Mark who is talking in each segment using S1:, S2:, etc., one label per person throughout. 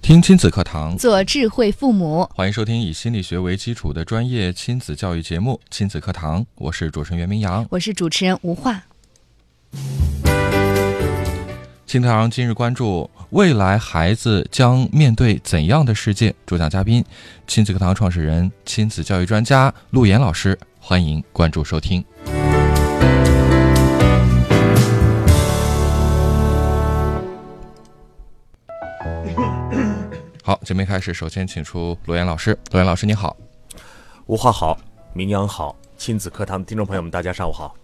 S1: 听亲子课堂，
S2: 做智慧父母。
S1: 欢迎收听以心理学为基础的专业亲子教育节目《亲子课堂》，我是主持人袁明阳。
S2: 我是主持人吴化。
S1: 亲子课堂今日关注：未来孩子将面对怎样的世界？主讲嘉宾：亲子课堂创始人、亲子教育专家陆岩老师。欢迎关注收听。好，节目一开始，首先请出陆岩老师。陆岩老师，你好。
S3: 无话好，名扬好，亲子课堂的听众朋友们，大家上午好。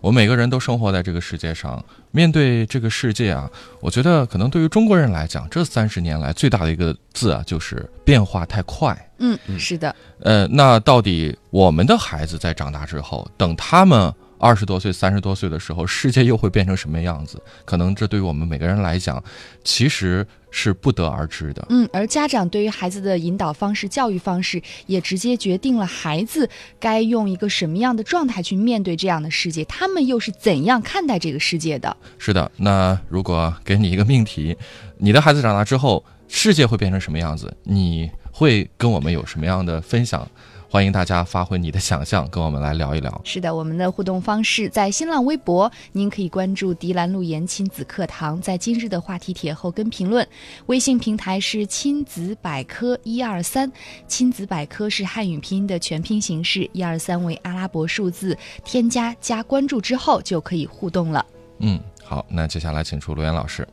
S1: 我们每个人都生活在这个世界上，面对这个世界啊，我觉得可能对于中国人来讲，这三十年来最大的一个字啊，就是变化太快。
S2: 嗯，是的，
S1: 呃，那到底我们的孩子在长大之后，等他们二十多岁、三十多岁的时候，世界又会变成什么样子？可能这对于我们每个人来讲，其实是不得而知的。
S2: 嗯，而家长对于孩子的引导方式、教育方式，也直接决定了孩子该用一个什么样的状态去面对这样的世界，他们又是怎样看待这个世界的？
S1: 是的，那如果给你一个命题，你的孩子长大之后，世界会变成什么样子？你会跟我们有什么样的分享？欢迎大家发挥你的想象，跟我们来聊一聊。
S2: 是的，我们的互动方式在新浪微博，您可以关注“迪兰路言亲子课堂”，在今日的话题帖后跟评论；微信平台是亲子百科一二三，亲子百科是汉语拼音的全拼形式，一二三为阿拉伯数字，添加加关注之后就可以互动了。
S1: 嗯，好，那接下来请出罗岩老师。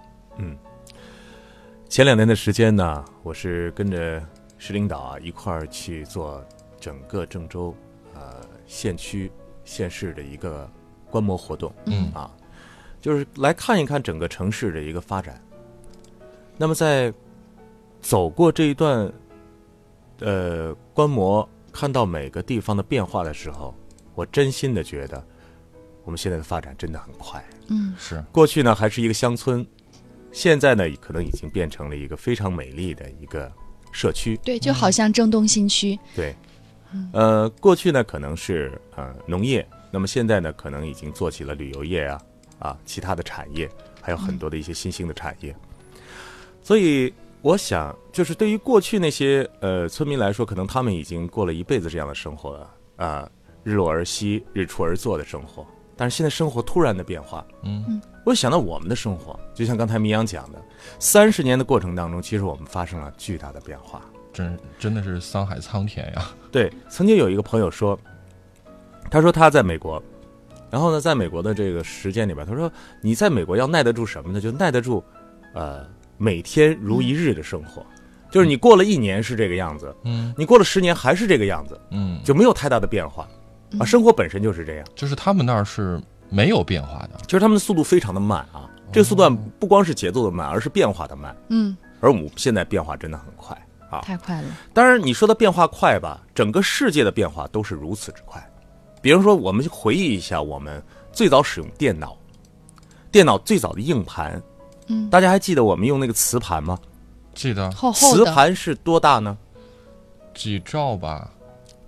S3: 前两年的时间呢，我是跟着市领导啊一块儿去做整个郑州呃县区县市的一个观摩活动，
S1: 嗯
S3: 啊，就是来看一看整个城市的一个发展。那么在走过这一段呃观摩，看到每个地方的变化的时候，我真心的觉得我们现在的发展真的很快。
S2: 嗯
S1: 是，
S3: 过去呢还是一个乡村，现在呢可能已经变成了一个非常美丽的一个社区。
S2: 对，就好像郑东新区，
S3: 对，呃，过去呢可能是呃农业，那么现在呢可能已经做起了旅游业啊啊其他的产业，还有很多的一些新兴的产业。所以我想，就是对于过去那些呃村民来说，可能他们已经过了一辈子这样的生活了啊、日落而息，日出而作的生活。但是现在生活突然的变化，
S1: 嗯，
S3: 我想到我们的生活，就像刚才明阳讲的，三十年的过程当中，其实我们发生了巨大的变化。
S1: 真真的是沧海桑田呀。
S3: 对，曾经有一个朋友说，他说他在美国，然后呢，在美国的这个时间里边，他说你在美国要耐得住什么呢？就耐得住，呃，每天如一日的生活，就是你过了一年是这个样子，
S1: 嗯
S3: 你过了十年还是这个样子，
S1: 嗯，
S3: 就没有太大的变化啊。生活本身就是这样，
S1: 就是他们那儿是没有变化的。
S3: 就是他们的速度非常的慢啊，这个速度不光是节奏的慢，而是变化的慢，
S2: 嗯，
S3: 而我们现在变化真的很快啊。
S2: 太快了，
S3: 当然，你说的变化快吧，整个世界的变化都是如此之快。比如说，我们回忆一下，我们最早使用电脑，电脑最早的硬盘，
S2: 嗯，
S3: 大家还记得我们用那个磁盘吗？
S1: 记得
S2: 厚厚
S3: 磁
S2: 的，
S3: 盘是多大呢？
S1: 几兆吧？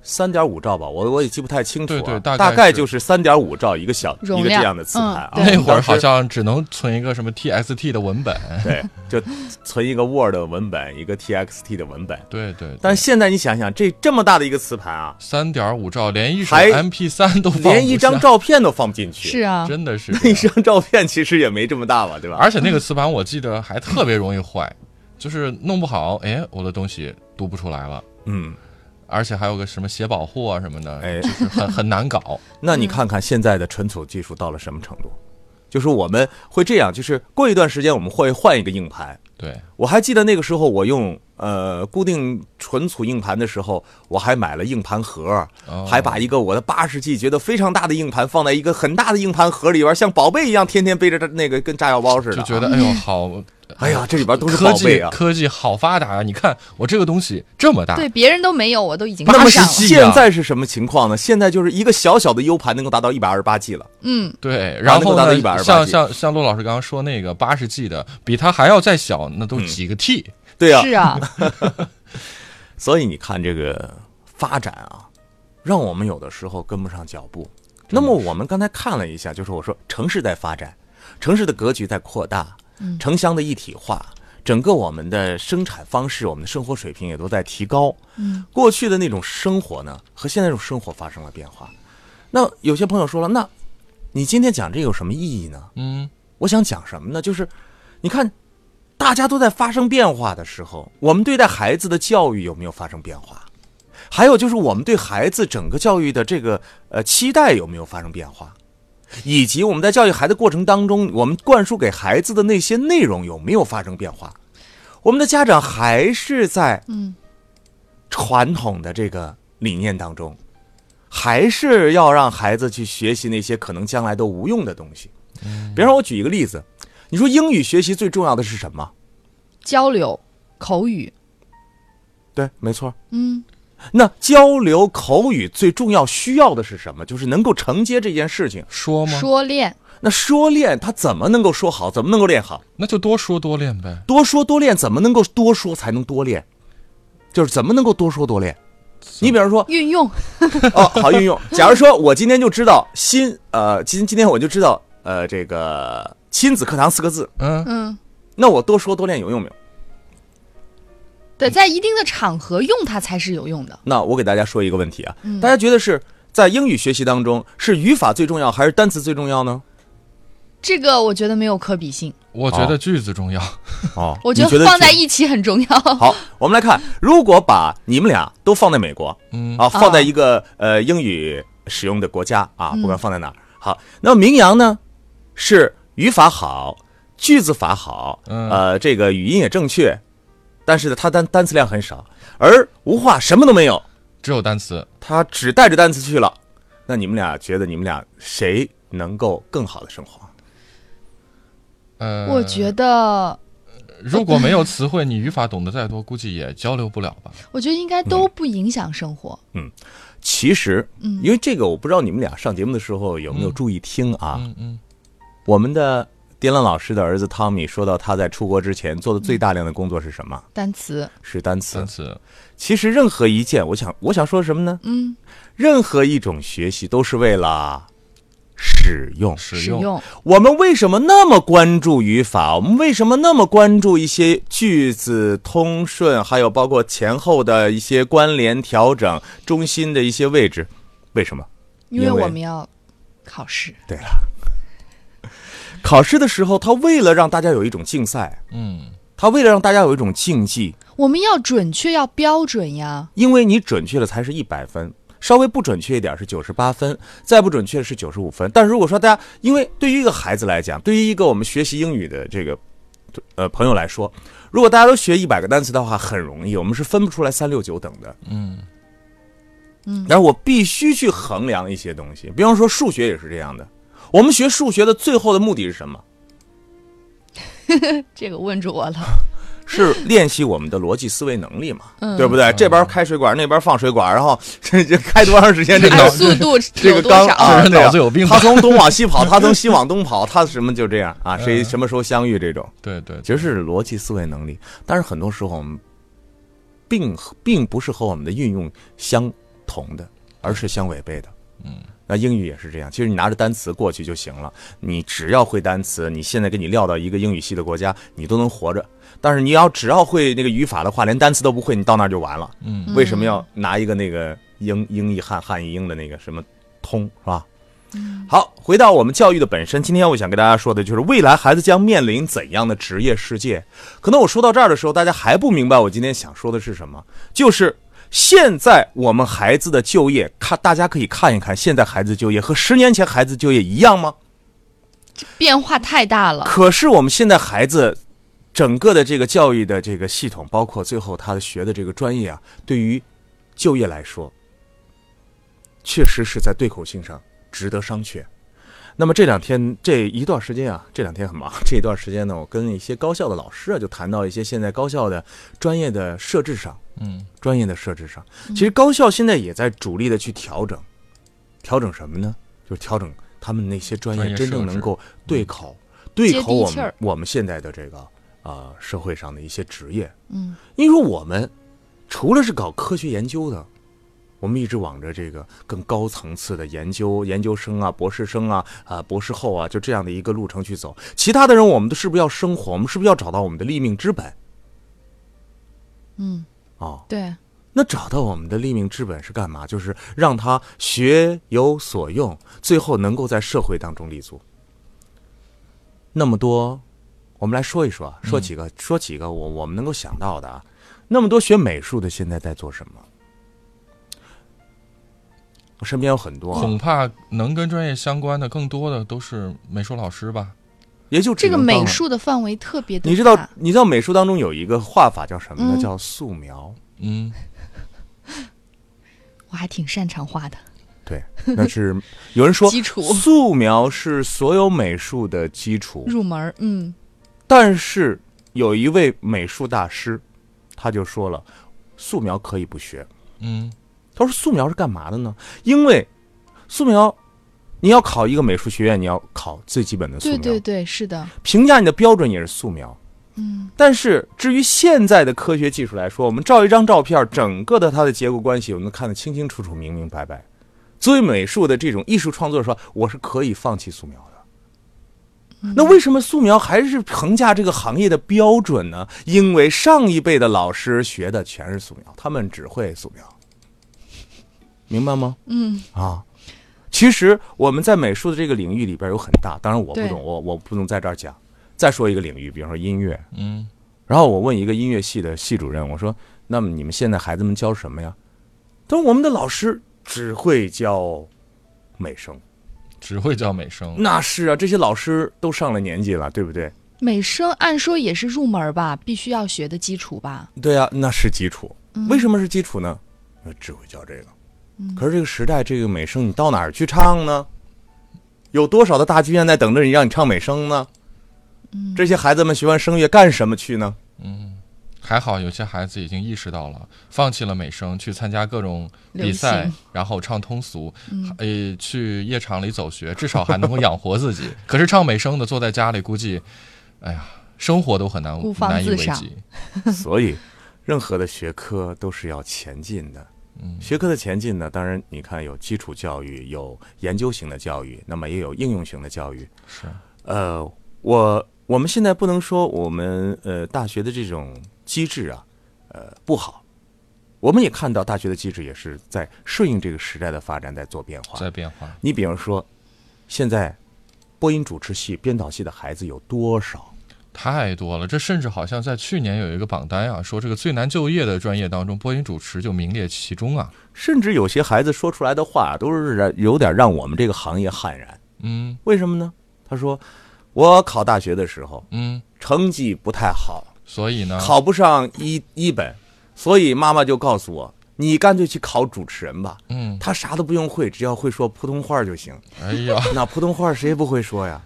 S3: 三点五兆吧，我我也记不太清楚、啊，
S1: 对对大
S3: 大
S1: 概是
S3: 就是三点五兆一个小一
S2: 容
S3: 个这
S2: 量
S3: 样的磁盘啊。
S2: 嗯对
S1: 那会儿好
S3: 当时
S1: 像只能存一个什么 TXT 的文本。
S3: 对，就存一个 Word 的文本，一个 TXT 的文本。
S1: 对对，
S3: 但现在你想想，这这么大的一个磁盘啊，
S1: 三点五兆，连一首
S3: 还
S1: MP 三都放不
S3: 连一张
S1: 下，
S3: 照片都放不进去，
S2: 是啊，
S1: 真的是
S3: 一张照片其实也没这么大嘛，对吧？
S1: 而且那个磁盘我记得还特别容易坏，就是弄不好，哎，我的东西读不出来了，
S3: 嗯，
S1: 而且还有个什么写保护啊什么的，
S3: 哎
S1: 就是很很难搞。
S3: 那你看看现在的存储技术到了什么程度？就是我们会这样，就是过一段时间我们会换一个硬盘。
S1: 对，
S3: 我还记得那个时候，我用呃固定存储硬盘的时候，我还买了硬盘盒，
S1: 哦
S3: 还把一个我的八十 G 觉得非常大的硬盘放在一个很大的硬盘盒里边，像宝贝一样，天天背着它那个跟炸药包似的啊。
S1: 就觉得哎呦好
S3: 哎呀，这里边都是
S1: 科
S3: 宝贝
S1: 技
S3: 啊！
S1: 科技好发达啊！你看我这个东西这么大，
S2: 对，别人都没有，我都已经
S1: 那
S2: 搭
S1: 么
S2: 上
S1: 是
S2: 了。
S1: 细
S3: 现在是什么情况呢？现在就是一个小小的 U 盘能够达到一百二十八 G 了。
S2: 嗯，
S1: 对，然后
S3: 达到
S1: 呢，
S3: 128
S1: 像
S3: G
S1: 像像陆老师刚刚说那个八十 G 的，比它还要再小，那都几个 T。
S3: 对呀、
S2: 是啊，
S3: 所以你看这个发展啊，让我们有的时候跟不上脚步。那么我们刚才看了一下，就是我说城市在发展，城市的格局在扩大，城乡的一体化，整个我们的生产方式、我们的生活水平也都在提高。
S2: 嗯，
S3: 过去的那种生活呢，和现在这种生活发生了变化。那有些朋友说了，那你今天讲这有什么意义呢？
S1: 嗯，
S3: 我想讲什么呢？就是你看，大家都在发生变化的时候，我们对待孩子的教育有没有发生变化？还有就是我们对孩子整个教育的这个呃期待有没有发生变化？以及我们在教育孩子过程当中，我们灌输给孩子的那些内容有没有发生变化？我们的家长还是在
S2: 嗯
S3: 传统的这个理念当中，还是要让孩子去学习那些可能将来都无用的东西。比方说，我举一个例子，你说英语学习最重要的是什么？
S2: 交流口语，
S3: 对，没错。
S2: 嗯
S3: 那交流口语最重要需要的是什么？就是能够承接这件事情。
S1: 说吗？
S2: 说练，
S3: 那说练他怎么能够说好？怎么能够练好？
S1: 那就多说多练呗。
S3: 多说多练，怎么能够多说才能多练？就是怎么能够多说多练？你比方 说，
S2: 运用，
S3: 哦，好运用。假如说我今天就知道新呃，今今天我就知道呃这个亲子课堂四个字，
S1: 嗯，
S2: 嗯，
S3: 那我多说多练有用没有？嗯
S2: 对，在一定的场合用它才是有用的。
S3: 那我给大家说一个问题啊，
S2: 嗯
S3: 大家觉得是在英语学习当中是语法最重要还是单词最重要呢？
S2: 这个我觉得没有可比性，
S1: 我觉得句子重要。
S3: 哦
S2: 我觉得放在一起很重 要。
S3: 好，我们来看，如果把你们俩都放在美国
S1: 嗯，
S3: 啊，放在一个呃英语使用的国家啊，
S2: 嗯
S3: 不管放在哪儿，好，那么名扬呢是语法好，句子法好，
S1: 嗯
S3: 呃，这个语音也正确，但是呢，它单单词量很少，而吴话什么都没有，
S1: 只有单词。
S3: 他只带着单词去了。那你们俩觉得你们俩谁能够更好的生活？
S1: 呃，
S2: 我觉得，
S1: 如果没有词汇，你语法懂得再多，估计也交流不了吧？
S2: 我觉得应该都不影响生活。
S3: 其实，
S2: 嗯
S3: 因为这个我不知道你们俩上节目的时候有没有注意听啊。
S1: 嗯嗯，
S3: 我们的迪兰老师的儿子汤米说到，他在出国之前做的最大量的工作是什么？
S2: 单词，
S3: 是单词
S1: 单。词。
S3: 其实任何一件，我想我想说什么呢？
S2: 嗯，
S3: 任何一种学习都是为了使用。
S2: 使
S1: 使用
S2: 用，
S3: 我们为什么那么关注语法？我们为什么那么关注一些句子通顺，还有包括前后的一些关联调整、中心的一些位置？为什么？
S2: 因
S3: 因
S2: 为
S3: 为
S2: 我们要考试。
S3: 对了，考试的时候，他为了让大家有一种竞赛，
S1: 嗯，
S3: 他为了让大家有一种竞技，
S2: 我们要准确，要标准呀。
S3: 因为你准确了才是一百分，稍微不准确一点是九十八分，再不准确是九十五分。但如果说大家，因为对于一个孩子来讲，对于一个我们学习英语的这个呃朋友来说，如果大家都学一百个单词的话，很容易，我们是分不出来三六九等的。嗯嗯，但是我必须去衡量一些东西，比方说数学也是这样的。我们学数学的最后的目的是什么？
S2: 这个问住我了。
S3: 是练习我们的逻辑思维能力嘛，
S2: 嗯
S3: 对不对？这边开水管，那边放水管，然后 这这开多长时间？这
S2: 还有
S3: 脑
S2: 速度
S3: 这
S2: 有
S3: 个
S2: 多
S3: 刚
S2: 少？
S3: 啊，
S1: 这人
S3: 对啊
S1: 脑子有病吧
S3: 他从东往西跑， 他从西往东跑，他什么就这样啊？
S1: 嗯
S3: 谁什么时候相遇这种，
S1: 对对，
S3: 其实是逻辑思维能力。但是很多时候我们并并不是和我们的运用相同的，而是相违背的。嗯，那英语也是这样。其实你拿着单词过去就行了，你只要会单词，你现在给你撂到一个英语系的国家，你都能活着。但是你要只要会那个语法的话，连单词都不会，你到那儿就完了。
S1: 嗯，
S3: 为什么要拿一个那个英英译汉汉译英的那个什么通是吧？好，回到我们教育的本身，今天我想跟大家说的就是未来孩子将面临怎样的职业世界。可能我说到这儿的时候，大家还不明白我今天想说的是什么，就是现在我们孩子的就业，看大家可以看一看，现在孩子就业和十年前孩子就业一样吗？
S2: 变化太大了。
S3: 可是我们现在孩子整个的这个教育的这个系统，包括最后他学的这个专业啊，对于就业来说，确实是在对口性上值得商榷。那么这两天这一段时间啊，这两天很忙。 这一段时间呢，我跟一些高校的老师啊，就谈到一些现在高校的专业的设置上，
S1: 嗯
S3: 专业的设置上，其实高校现在也在主力的去调整，调整什么呢？就是调整他们那些专
S1: 专
S3: 业
S1: 业
S3: 真正
S1: 设
S3: 能
S1: 置
S3: 够对口、对口我
S2: 接地气
S3: 们
S2: 儿
S3: 我们现在的这个啊、呃社会上的一些职业，
S2: 嗯
S3: 因为说我们除了是搞科学研究的，我们一直往着这个更高层次的研究、研究生啊、博士生啊、啊博士后啊，就这样的一个路程去走。其他的人，我们都是不是要生活？我们是不是要找到我们的立命之本？
S2: 嗯，
S3: 哦，
S2: 对，
S3: 那找到我们的立命之本是干嘛？就是让他学有所用，最后能够在社会当中立足。那么多，我们来说一说啊，说几个，说几个我我们能够想到的啊。那么多学美术的现在在做什么？我身边有很多、啊，
S1: 恐怕能跟专业相关的更多的都是美术老师吧。
S3: 也就只
S2: 这个
S3: 能当
S2: 美
S3: 了。
S2: 术的范围特别的
S3: 你知道
S2: 大，
S3: 你知道美术当中有一个画法叫什么呢？
S2: 嗯
S3: 叫素描。
S1: 嗯，
S2: 我还挺擅长画的，
S3: 对，那是有人说
S2: 基础
S3: 素描是所有美术的基础。
S2: 入门儿，嗯
S3: 但是有一位美术大师，他就说了，素描可以不学。
S1: 嗯，
S3: 他说素描是干嘛的呢？因为素描，你要考一个美术学院，你要考最基本的素
S2: 对
S3: 描，
S2: 对对，是的，
S3: 评价你的标准也是素描。
S2: 嗯，
S3: 但是至于现在的科学技术来说，我们照一张照片，整个的它的结构关系，我们能看得清清楚楚、明明白白。作为美术的这种艺术创作者说，我是可以放弃素描的。那为什么素描还是横价这个行业的标准呢？因为上一辈的老师学的全是素描，他们只会素描，明白吗？
S2: 嗯
S3: 啊，其实我们在美术的这个领域里边有很大，当然我不
S2: 对
S3: 懂，我我不能在这儿讲。再说一个领域，比方说音乐，
S1: 嗯，
S3: 然后我问一个音乐系的系主任，我说：“那么你们现在孩子们教什么呀？”他说：“我们的老师只会教美声。
S1: 只会教美”
S2: 嗯
S1: 声。
S3: 那是啊，这些老师都上了年纪了，对不对？
S2: 美声按说也是入门儿吧，必须要学的基础吧，
S3: 对啊，那是基础。为什么是基础呢？呃只会教这个。可是这个时代，这个美声你到哪儿去唱呢？有多少的大剧院在等着你让你唱美声呢？这些孩子们学完声乐干什么去呢？
S1: 还好有些孩子已经意识到了，放弃了美声，去参加各种比
S2: 流
S1: 赛
S2: 行，嗯
S1: 然后唱通俗，呃，去夜场里走学，至少还能够养活 自己。可是唱美声的坐在家里，估计，哎呀，生活都很难
S2: 孤芳
S1: 难以
S2: 自
S1: 为
S2: 赏
S1: 继。
S3: 所以，任何的学科都是要前进的。
S1: 嗯
S3: 学科的前进呢，当然你看有基础教育，有研究型的教育，那么也有应用型的教育。
S1: 是，
S3: 呃，我我们现在不能说我们呃大学的这种机制啊，呃不好。我们也看到大学的机制也是在顺应这个时代的发展在做变化。
S1: 在变化。
S3: 你比如说，现在播音主持系、编导系的孩子有多少？
S1: 太多了，这甚至好像在去年有一个榜单啊，说这个最难就业的专业当中，播音主持就名列其中啊。
S3: 甚至有些孩子说出来的话都是让有点让我们这个行业汗然。
S1: 嗯
S3: 为什么呢？他说：“我考大学的时候
S1: 嗯，
S3: 成绩不太好，
S1: 所以呢，
S3: 考不上一一本，所以妈妈就告诉我，你干脆去考主持人吧。
S1: 嗯，
S3: 他啥都不用会，只要会说普通话就行。
S1: 哎 呀，
S3: 那普通话谁也不会说呀？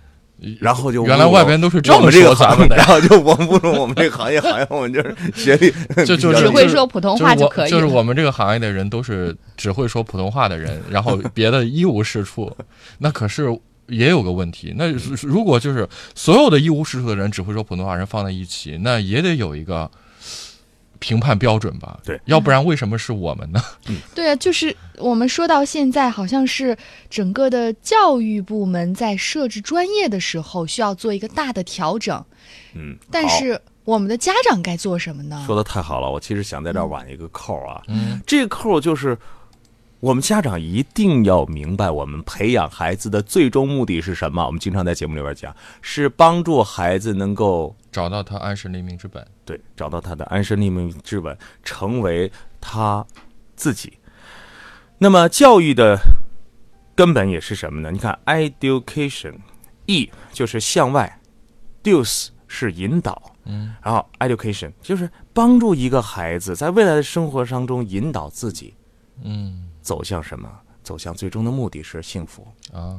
S3: 然后就
S1: 原来
S3: 侮辱
S1: 外边都是这
S3: 我
S1: 么
S3: 们这
S1: 说
S3: 个
S1: 咱
S3: 行业，
S1: 们的呀
S3: 然后就我们不我们这个行业，好像我们就是学历
S1: 就就
S3: 比较
S1: 是
S2: 只会说普通话就
S1: 就
S2: 是
S1: 我
S2: 可以
S1: 就是
S2: 了
S1: 我们这个行业的人都是只会说普通话的人，然后别的一无是处。那可是也有个问题，那如如果就是所有的一无是处的人只会说普通话人放在一起，那也得有一个评判标准吧？
S3: 对
S1: 要不然为什么是我们呢？
S2: 对啊，就是我们说到现在，好像是整个的教育部门在设置专业的时候需要做一个大的调整，
S3: 嗯，
S2: 但
S3: 好
S2: 是我们的家长该做什么呢？
S3: 说的太好了，我其实想在这儿挽一个扣啊。
S1: 嗯，
S3: 这个扣就是我们家长一定要明白，我们培养孩子的最终目的是什么。我们经常在节目里边讲，是帮助孩子能够
S1: 找到他安身立命之本。
S3: 对找到他的安身立命之本，成为他自己。那么教育的根本也是什么呢？你看，education，e 就是向外，deuce 是引导，
S1: 嗯，
S3: 然后 education 就是帮助一个孩子在未来的生活当中引导自己
S1: 嗯
S3: 走向什么，走向最终的目的是幸福。
S1: 啊，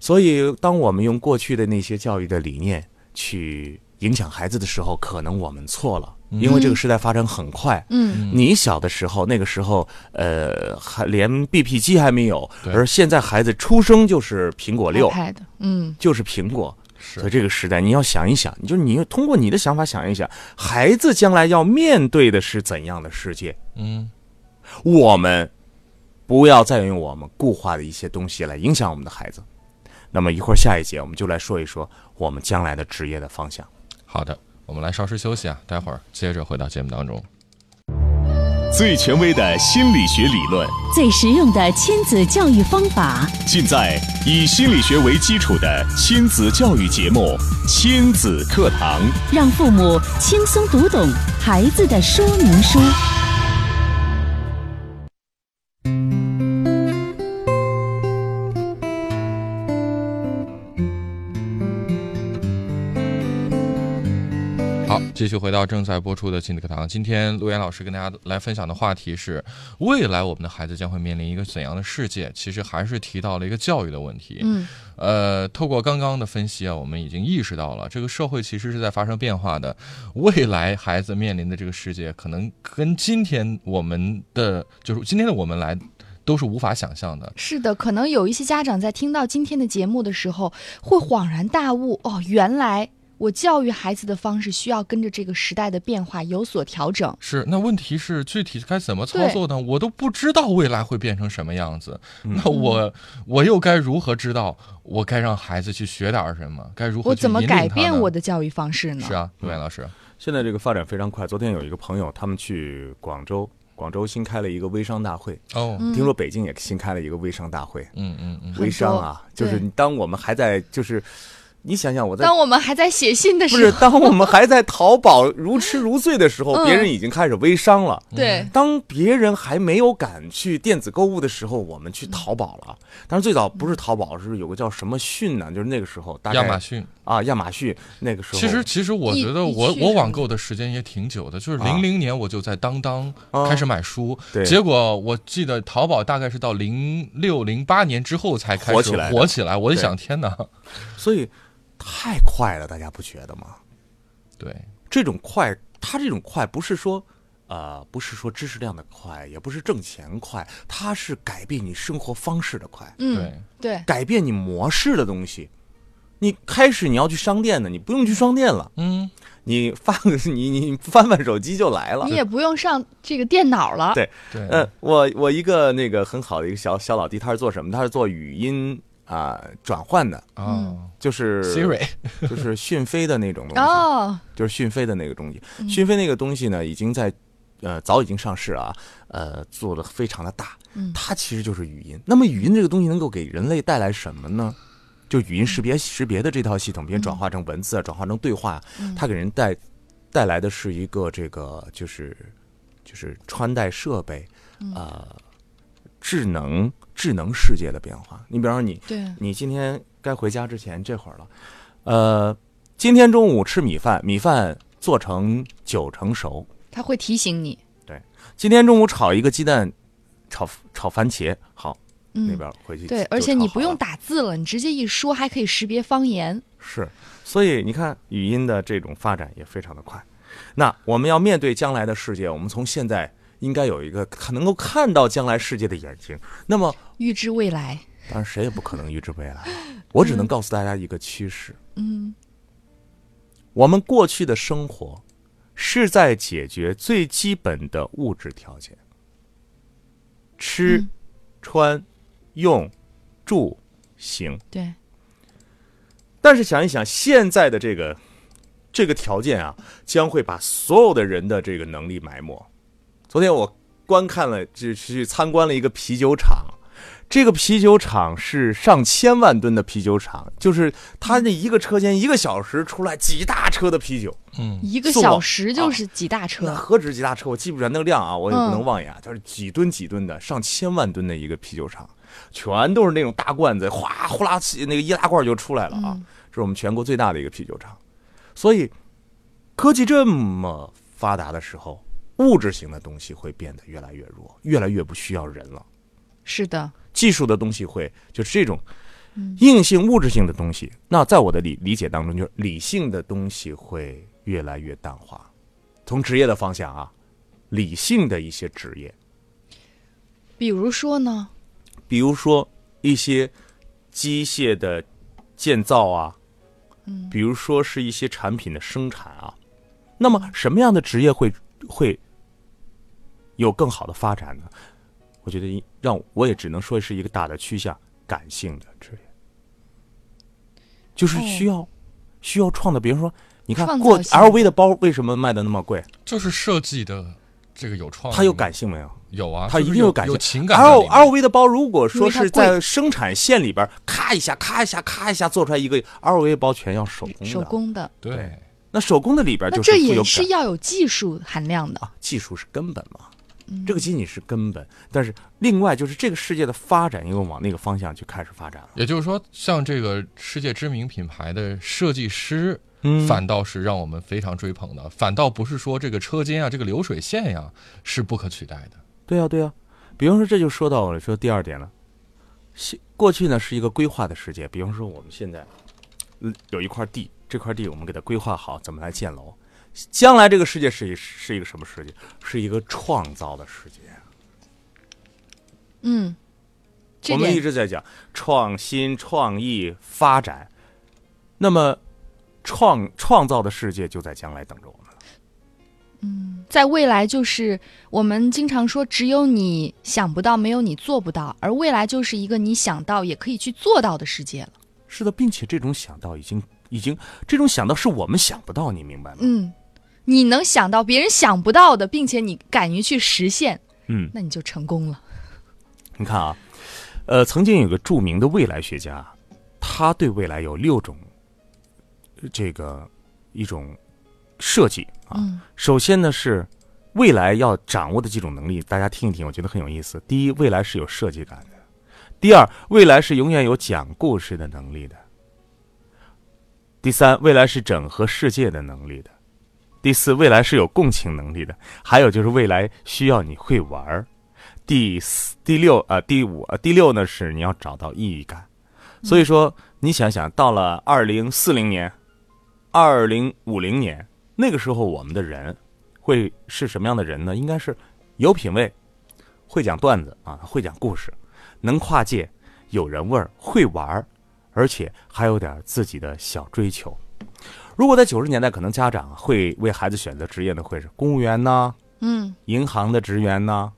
S3: 所以，当我们用过去的那些教育的理念去影响孩子的时候，可能我们错了，因为这个时代发展很快。
S2: 嗯
S3: 你小的时候，那个时候，呃，还连 BP 机还没有，
S1: 对
S3: 而现在孩子出生就是苹果六，
S2: ，iPad，嗯
S3: 就是苹果。所以
S1: 是
S3: 这个时代，你要想一想，你就是你通过你的想法想一想，孩子将来要面对的是怎样的世界？
S1: 嗯
S3: 我们不要再用我们固化的一些东西来影响我们的孩子。那么一会儿下一节我们就来说一说我们将来的职业的方向。
S1: 好的，我们来稍事休息啊，待会儿接着回到节目当中。
S4: 最权威的心理学理论，
S5: 最实用的亲子教育方法，
S4: 尽在以心理学为基础的亲子教育节目《亲子课堂》。
S5: 让父母轻松读懂孩子的说明书。
S1: 好，继续回到正在播出的亲子课堂。今天陆岩老师跟大家来分享的话题是：未来我们的孩子将会面临一个怎样的世界？其实还是提到了一个教育的问题。
S2: 嗯，
S1: 呃，透过刚刚的分析啊，我们已经意识到了这个社会其实是在发生变化的。未来孩子面临的这个世界，可能跟今天我们的就是今天的我们来都是无法想象的。
S2: 是的，可能有一些家长在听到今天的节目的时候，会恍然大悟，哦，原来我教育孩子的方式需要跟着这个时代的变化有所调整。
S1: 是，那问题是具体该怎么操
S2: 对
S1: 作呢？我都不知道未来会变成什么样子，
S3: 嗯
S1: 那我我又该如何知道我该让孩子去学点儿什么？该如何
S2: 我
S1: 去
S2: 怎么
S1: 引领
S2: 改
S1: 他
S2: 变
S1: 呢
S2: 我？的教育方式呢？
S1: 是啊，陆岩老师，
S3: 现在这个发展非常快。昨天有一个朋友，他们去广州，广州新开了一个微商大会，
S1: 哦，
S2: 嗯
S3: 听说北京也新开了一个微商大会。
S1: 嗯嗯嗯，
S3: 微商啊，
S2: 多
S3: 就是
S2: 对
S3: 当我们还在就是，你想想我在。
S2: 当我们还在写信的
S3: 不
S2: 时
S3: 是，
S2: 候，
S3: 当我们还在淘宝 如痴如醉的时候，
S2: 嗯
S3: 别人已经开始微商了。
S2: 对，
S3: 当别人还没有敢去电子购物的时候，我们去淘宝了。当然，最早不是淘宝，是有个叫什么讯呢？就是那个时候，大概
S1: 亚马逊。
S3: 啊，亚马逊那个时候，
S1: 其实，其实我
S2: 一
S1: 觉得
S2: 一
S1: 我
S2: 去
S1: 我
S2: 是
S1: 网
S2: 吗
S1: 购的时间也挺久的，就是
S3: 啊
S1: 零零年我就在当当
S3: 啊
S1: 开始买书，
S3: 对
S1: 结果我记得淘宝大概是到零六零八年之后才开始
S3: 火起来的
S1: 火起来，我就
S3: 对
S1: 想天哪，
S3: 所以太快了，大家不觉得吗？
S1: 对，
S3: 这种快，它这种快不是说，呃，不是说知识量的快，也不是挣钱快，它是改变你生活方式的快。
S1: 对
S2: 嗯，对，
S3: 改变你模式的东西。你开始你要去商店的，你不用去商店了，
S1: 嗯，
S3: 你发个 你你你翻翻手机就来了
S2: 你。也不用上这个电脑了。
S3: 对
S1: 对，
S3: 呃，我我一个那个很好的一个小小老弟，他是做什么？他是做语音啊、转换的，
S1: 啊
S3: 就是
S2: 嗯
S1: ，Siri，
S3: 就是讯飞的那种东西，
S2: 哦，
S3: 就是讯飞的那个东西。讯飞那个东西呢，已经在呃早已经上市了啊，呃做的非常的大
S2: 嗯。
S3: 它其实就是语音。那么语音这个东西能够给人类带来什么呢？就语音识别识别的这套系统，并转化成文字啊，转化成对话啊，它给人带带来的是一个这个就是就是穿戴设备啊、呃智能智能世界的变化。你比方说你
S2: 对，
S3: 你今天该回家之前这会儿了，呃，今天中午吃米饭，米饭做成九成熟。
S2: 他会提醒你。
S3: 今天中午炒一个鸡蛋，炒炒番茄，好，
S2: 嗯，
S3: 那边回去就
S2: 对，而且你不用打字了，你直接一说还可以识别方言。
S3: 是，所以你看语音的这种发展也非常的快。那我们要面对将来的世界，我们从现在应该有一个看能够看到将来世界的眼睛。那么，
S2: 预知未来，
S3: 当然谁也不可能预知未来，我只能告诉大家一个趋势。
S2: 嗯，
S3: 我们过去的生活是在解决最基本的物质条件：吃、
S2: 嗯
S3: 穿、用、住、行。
S2: 对，
S3: 但是想一想，现在的这个这个条件啊，将会把所有的人的这个能力埋没。昨天我观看了，只是去参观了一个啤酒厂。这个啤酒厂是上千万吨的啤酒厂，就是它那一个车间一个小时出来几大车的啤酒，
S1: 嗯，
S2: 一个
S3: 送
S2: 小
S3: 往
S2: 时就是几大车。
S3: 那何止几大车，我记不着那个量啊，我也不
S2: 嗯
S3: 能望眼啊，就是几吨几吨的，上千万吨的一个啤酒厂，全都是那种大罐子，哗呼啦起那个易拉罐就出来了啊，
S2: 嗯
S3: 这是我们全国最大的一个啤酒厂。所以，科技这么发达的时候，物质型的东西会变得越来越弱，越来越不需要人了。
S2: 是的，
S3: 技术的东西会就是这种，硬性、物质性的东西，那在我的理理解当中，就是理性的东西会越来越淡化。从职业的方向啊，理性的一些职业，
S2: 比如说呢，
S3: 比如说一些机械的建造啊，嗯，比如说是一些产品的生产啊，那么什么样的职业会会有更好的发展呢？我觉得让我也只能说是一个大的趋向，感性的职业，就是需要、需要创造。比如说，你看
S2: 哦创造
S3: 过
S2: 性
S3: LV 的包为什么卖的那么贵？
S1: 就是设计的这个有创意吗，
S3: 它有感性没有？
S1: 有啊，
S3: 它
S1: 就
S3: 一
S1: 是
S3: 定
S1: 有
S3: 感
S1: 有
S3: 性。
S1: 情感在
S3: L
S1: 里面。
S3: L V 的包，如果
S2: 因
S3: 说
S2: 为它
S3: 是
S2: 贵
S3: 在生产线里边，咔一下、咔一下、咔一下做出来一个 L V 包，全要手工的。
S2: 手工的，
S1: 对，
S3: 那手工的里边啊
S2: 那
S3: 就
S2: 这
S3: 富有
S2: 也
S3: 感
S2: 是要有技术含量的。
S3: 啊，技术是根本嘛，
S2: 嗯
S3: 这个仅仅是根本。但是另外就是这个世界的发展又往那个方向去开始发展了。
S1: 也就是说，像这个世界知名品牌的设计师，
S3: 嗯
S1: 反倒是让我们非常追捧的，反倒不是说这个车间啊、这个流水线呀、是不可取代的。
S3: 对啊，对啊。比方说，这就说到了说第二点了。现过去呢是一个规划的世界，比方说我们现在，嗯，有一块地，这块地我们给它规划好，怎么来建楼。将来这个世界是一是一个什么世界？是一个创造的世界。
S2: 嗯，这
S3: 我们一
S2: 点
S3: 直在讲创新、创意、发展，那么创创造的世界就在将来等着我们了。
S2: 在未来就是我们经常说，只有你想不到，没有你做不到，而未来就是一个你想到也可以去做到的世界了。
S3: 是的，并且这种想到已经已经这种想到是我们想不到，你明白吗？
S2: 嗯，你能想到别人想不到的，并且你敢于去实现，
S3: 嗯，
S2: 那你就成功了。
S3: 你看啊，呃，曾经有个著名的未来学家，他对未来有六种呃这个一种设计啊。
S2: 嗯
S3: 首先呢是未来要掌握的几种能力，大家听一听，我觉得很有意思。第一，未来是有设计感的；第二，未来是永远有讲故事的能力的；第三，未来是整合世界的能力的；第四，未来是有共情能力的；还有就是未来需要你会玩儿。第四、第六啊、呃第五啊、呃第六呢是你要找到意义感。所以说，你想想，到了二零四零年、二零五零年那个时候，我们的人会是什么样的人呢？应该是有品位，会讲段子啊，会讲故事，能跨界，有人味儿，会玩儿，而且还有点自己的小追求。如果在九十年代，可能家长会为孩子选择职业呢，会是公务员呐、
S2: 嗯，
S3: 银行的职员呐、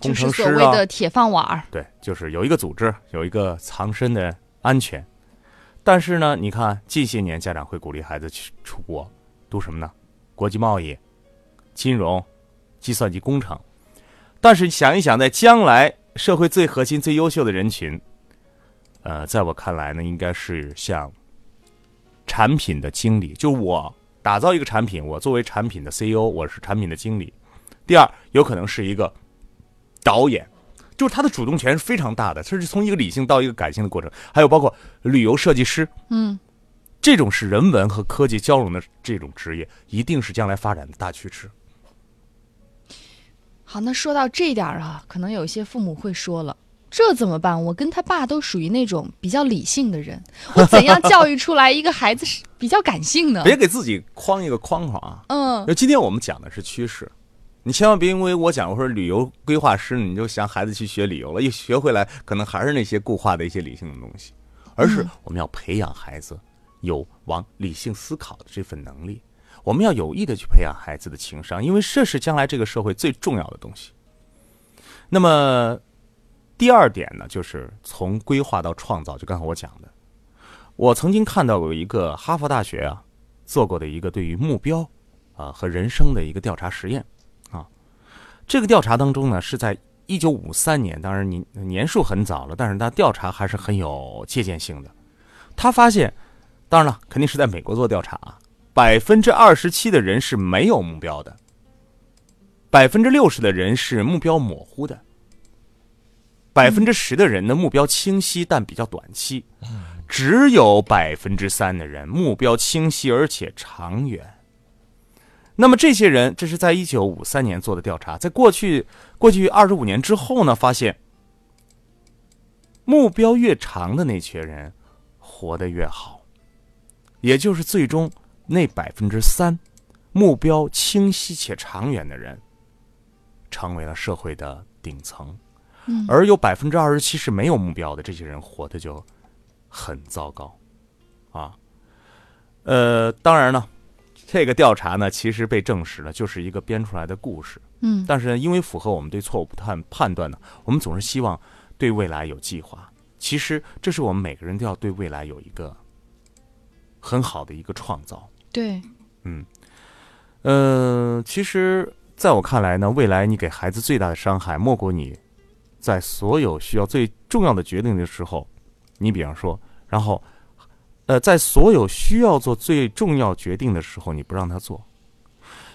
S3: 工
S2: 就是
S3: 程师
S2: 所谓
S3: 啊，
S2: 的铁饭碗儿。
S3: 对，就是有一个组织，有一个藏身的安全。但是呢，你看近些年家长会鼓励孩子去出国读什么呢？国际贸易、金融、计算机工程。但是想一想，在将来社会最核心、最优秀的人群，呃，在我看来呢，应该是像产品的经理，就我打造一个产品，我作为产品的 CEO，我是产品的经理。第二，有可能是一个导演，就是他的主动权是非常大的，这是从一个理性到一个感性的过程。还有包括旅游设计师，
S2: 嗯，
S3: 这种是人文和科技交融的这种职业，一定是将来发展的大趋势。
S2: 好，那说到这一点儿啊，可能有些父母会说了。这怎么办？我跟他爸都属于那种比较理性的人，我怎样教育出来一个孩子是比较感性呢？
S3: 别给自己框一个框框啊！
S2: 嗯，
S3: 就今天我们讲的是趋势，你千万别因为我讲我说旅游规划师，你就想孩子去学旅游了，一学回来可能还是那些固化的一些理性的东西，而是我们要培养孩子有往理性思考的这份能力，我们要有意的去培养孩子的情商，因为这是将来这个社会最重要的东西。那么第二点呢，就是从规划到创造，就刚才我讲的，我曾经看到有一个哈佛大学啊做过的一个对于目标啊和人生的一个调查实验啊。这个调查当中呢，是在一九五三年，当然年年数很早了，但是它调查还是很有借鉴性的。他发现，当然了，肯定是在美国做调查啊，百分之二十七的人是没有目标的，百分之六十的人是目标模糊的。百分之十的人的目标清晰，但比较短期；只有百分之三的人目标清晰而且长远。那么这些人，这是在一九五三年做的调查，在过去过去二十五年之后呢，发现目标越长的那群人，活得越好。也就是最终那百分之三，目标清晰且长远的人，成为了社会的顶层。
S2: 嗯
S3: 而有百分之二十七是没有目标的，这些人活得就很糟糕，啊，呃，当然了，这个调查呢，其实被证实了，就是一个编出来的故事。
S2: 嗯
S3: 但是呢，因为符合我们对错误判判断呢，我们总是希望对未来有计划。其实，这是我们每个人都要对未来有一个很好的一个创造。
S2: 对，
S3: 嗯呃，其实在我看来呢，未来你给孩子最大的伤害，莫过你在所有需要最重要的决定的时候，你比方说，然后，呃，在所有需要做最重要决定的时候，你不让他做。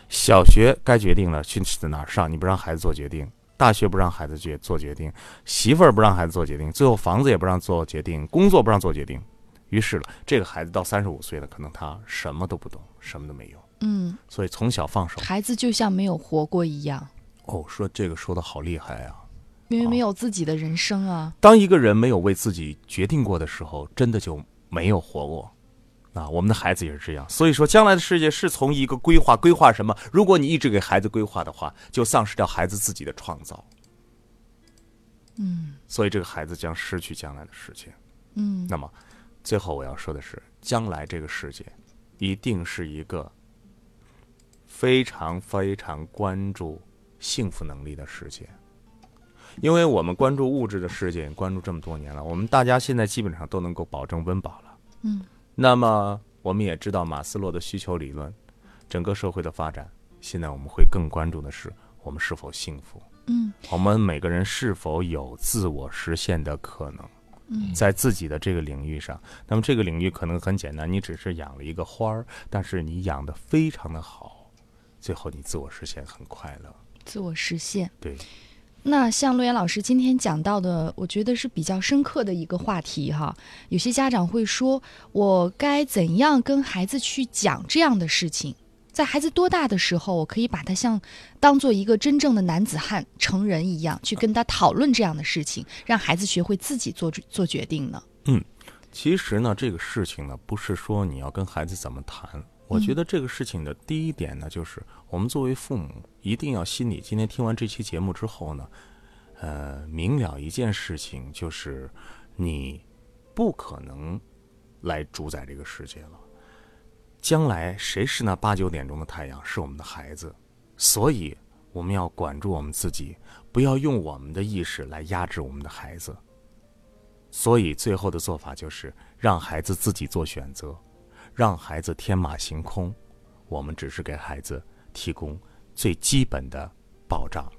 S3: 小学该决定了去哪儿上，你不让孩子做决定；大学不让孩子决做决定，媳妇儿不让孩子做决定，最后房子也不让做决定，工作不让做决定。于是了，这个孩子到三十五岁了，可能他什么都不懂，什么都没有。
S2: 嗯，
S3: 所以从小放手。
S2: 孩子就像没有活过一样，
S3: 哦，说这个说的好厉害啊！
S2: 因为
S3: 哦
S2: 没有自己的人生啊。
S3: 当一个人没有为自己决定过的时候，真的就没有活过。啊，我们的孩子也是这样，所以说将来的世界是从一个规划，规划什么？如果你一直给孩子规划的话，就丧失掉孩子自己的创造。嗯，所以这个孩子将失去将来的世界。
S2: 嗯
S3: 那么，最后我要说的是，将来这个世界一定是一个非常非常关注幸福能力的世界，因为我们关注物质的世界，关注这么多年了，我们大家现在基本上都能够保证温饱了。
S2: 嗯，
S3: 那么我们也知道马斯洛的需求理论，整个社会的发展，现在我们会更关注的是我们是否幸福。
S2: 嗯，
S3: 我们每个人是否有自我实现的可能？
S2: 嗯
S3: 在自己的这个领域上，那么这个领域可能很简单，你只是养了一个花儿，但是你养的非常的好，最后你自我实现很快乐。
S2: 自我实现。
S3: 对，
S2: 那像陆岩老师今天讲到的，我觉得是比较深刻的一个话题哈。有些家长会说，我该怎样跟孩子去讲这样的事情？在孩子多大的时候，我可以把他像当做一个真正的男子汉、成人一样，去跟他讨论这样的事情，让孩子学会自己做做决定呢？
S3: 其实呢，这个事情呢，不是说你要跟孩子怎么谈。我觉得这个事情的第一点呢，就是我们作为父母，一定要心里今天听完这期节目之后呢，呃，明了一件事情，就是你不可能来主宰这个世界了。将来谁是那八九点钟的太阳？是我们的孩子，所以我们要管住我们自己，不要用我们的意识来压制我们的孩子。所以最后的做法就是让孩子自己做选择，让孩子天马行空。我们只是给孩子提供最基本的保障